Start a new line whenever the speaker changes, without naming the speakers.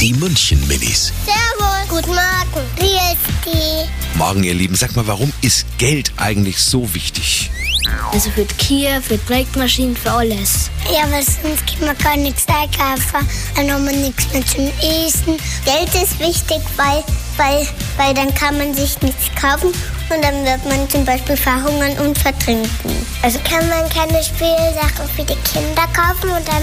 Die München Minis.
Servus. Guten Morgen. Wie ist die?
Morgen, ihr Lieben, sag mal, warum ist Geld eigentlich so wichtig?
Also für die Kia, für die Dreckmaschinen, für alles.
Ja, aber sonst kann man gar nichts einkaufen. Dann haben wir nichts mehr zum Essen. Geld ist wichtig, weil, weil, weil dann kann man sich nichts kaufen und dann wird man zum Beispiel verhungern und vertrinken. Also kann man keine Spielsachen für die Kinder kaufen und dann